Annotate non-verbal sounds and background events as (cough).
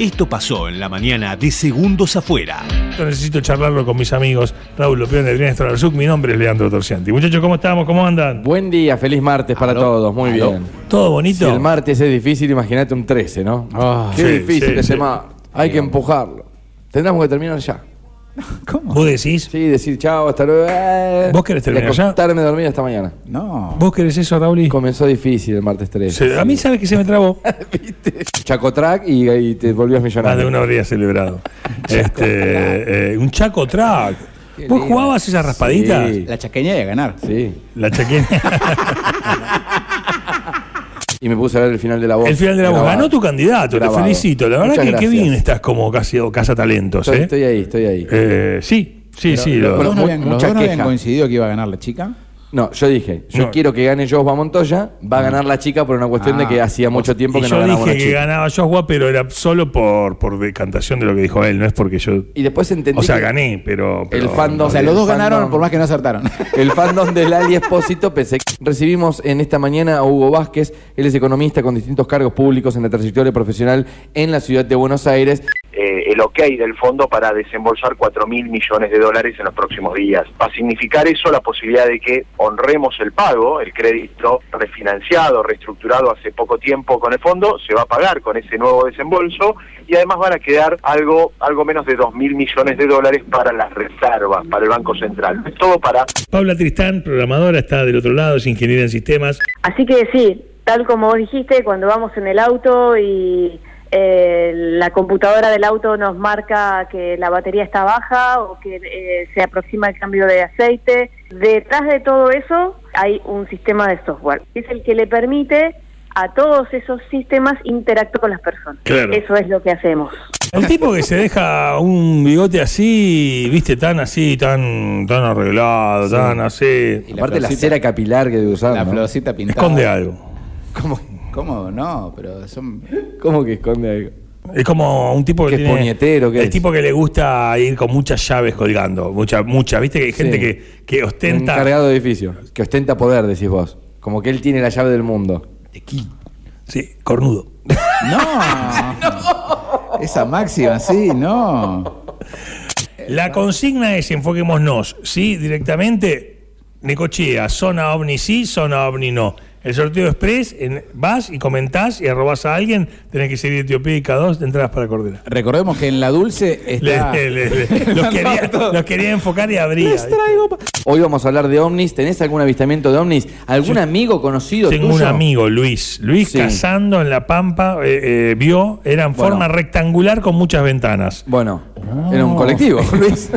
Esto pasó en la mañana de Segundos Afuera. Yo necesito charlarlo con mis amigos Raúl Lopeón, Adrián Estradarzuk. Mi nombre es Leandro Torcianti. Muchachos, ¿cómo estamos? ¿Cómo andan? Buen día, feliz martes para todos, muy bien. ¿Todo Si bonito? el martes es difícil, imagínate un 13, ¿no? Qué Ah, Sí, difícil sí, ese sí. mar. Hay que empujarlo. Tendremos que terminar ya. ¿Cómo? ¿Vos decís? Sí, decir chao, hasta luego. eh. ¿Vos querés terminar Y ya? acostarme a dormir hasta mañana. No. ¿Vos querés eso, Raúl? Comenzó difícil el martes (laughs) 13. Se- A mí sabes que se me trabó. Chacotrack y, y te volvías Más de millonario. una habría celebrado. este, eh, un Chaco Track. ¿Vos jugabas esas raspaditas? Sí. La chaqueña y a ganar. Sí. La (laughs) chaqueña. Y me puse a ver el final de la voz. El final de la voz. Grabado. Ganó tu candidato, te Grabado. felicito. La verdad Muchas que qué gracias. bien estás como casi o cazatalentos, Estoy, ¿eh? estoy ahí, estoy ahí. Eh, sí, sí, sí. lo- lo- lo- Los dos no Mu- habían, los mucha dos no habían queja. coincidido que iba a ganar la chica. No, yo dije, yo No. quiero que gane Josba Montoya, va a ganar la chica por una cuestión de que Ah, hacía mucho tiempo Y que no yo ganábamos dije la que chica. ganaba Joshua, pero era solo por, por decantación de lo que dijo él, no es porque yo. Y después entendí O sea, que gané, pero. pero- el fandom, O sea, los el dos ganaron fandom- por más que no acertaron. El fandom de Lali Espósito, pensé que recibimos en esta mañana a Hugo Vázquez, él es economista con distintos cargos públicos en la trayectoria profesional en la ciudad de Buenos Aires. eh, el ok del fondo para desembolsar 4 mil millones de dólares en los próximos días. Va a significar eso la posibilidad de que honremos el pago, el crédito refinanciado, reestructurado hace poco tiempo con el fondo, se va a pagar con ese nuevo desembolso y además van a quedar algo, algo menos de 2 mil millones de dólares para las reservas, para el Banco Central. Es todo para Paula Tristán, programadora, está del otro lado, es ingeniera en sistemas. Así que sí, tal como vos dijiste, cuando vamos en el auto y eh, la computadora del auto nos marca que la batería está baja o que eh, se aproxima el cambio de aceite, detrás de todo eso hay un sistema de software. Es el que le permite a todos esos sistemas interactuar con las personas. Claro. Eso es lo que hacemos. El tipo que se deja un bigote así, viste, tan así, tan, tan arreglado, tan así. Y la Aparte la, florcita. cera capilar que debe usar. La ¿no? florcita pintada. Esconde algo. ¿Cómo? ¿Cómo? No, pero son. ¿Cómo que esconde algo? Es como un tipo que, Que es tiene- puñetero, que el es. tipo que le gusta ir con muchas llaves colgando, muchas, muchas. Viste que hay gente Sí. que, que Un ostenta. encargado de edificio, que ostenta poder, decís vos. Como que él tiene la llave del mundo. Sí, cornudo. ¡No! (laughs) Esa máxima, sí, no. La consigna es enfoquémonos, ¿sí? Directamente, Necochea, zona ovni sí, zona ovni no. El sorteo express, en- vas y comentás y arrobás a alguien, tenés que seguir Etiopía y K2, te entras para Cordera. Recordemos que en la dulce está. Le- le- (laughs) le- (laughs) los, quería, los quería enfocar y abría. Hoy vamos a hablar de ovnis. ¿Tenés algún avistamiento de ovnis? ¿Algún amigo conocido Tengo tuyo? un amigo, Luis. Luis Sí. cazando en La Pampa, eh, eh, vio, era en Bueno. forma rectangular con muchas ventanas. (laughs) Bueno, era un colectivo, Luis.